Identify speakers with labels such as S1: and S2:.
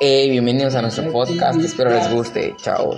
S1: Hey, bienvenidos a nuestro podcast. Espero les guste. Chao.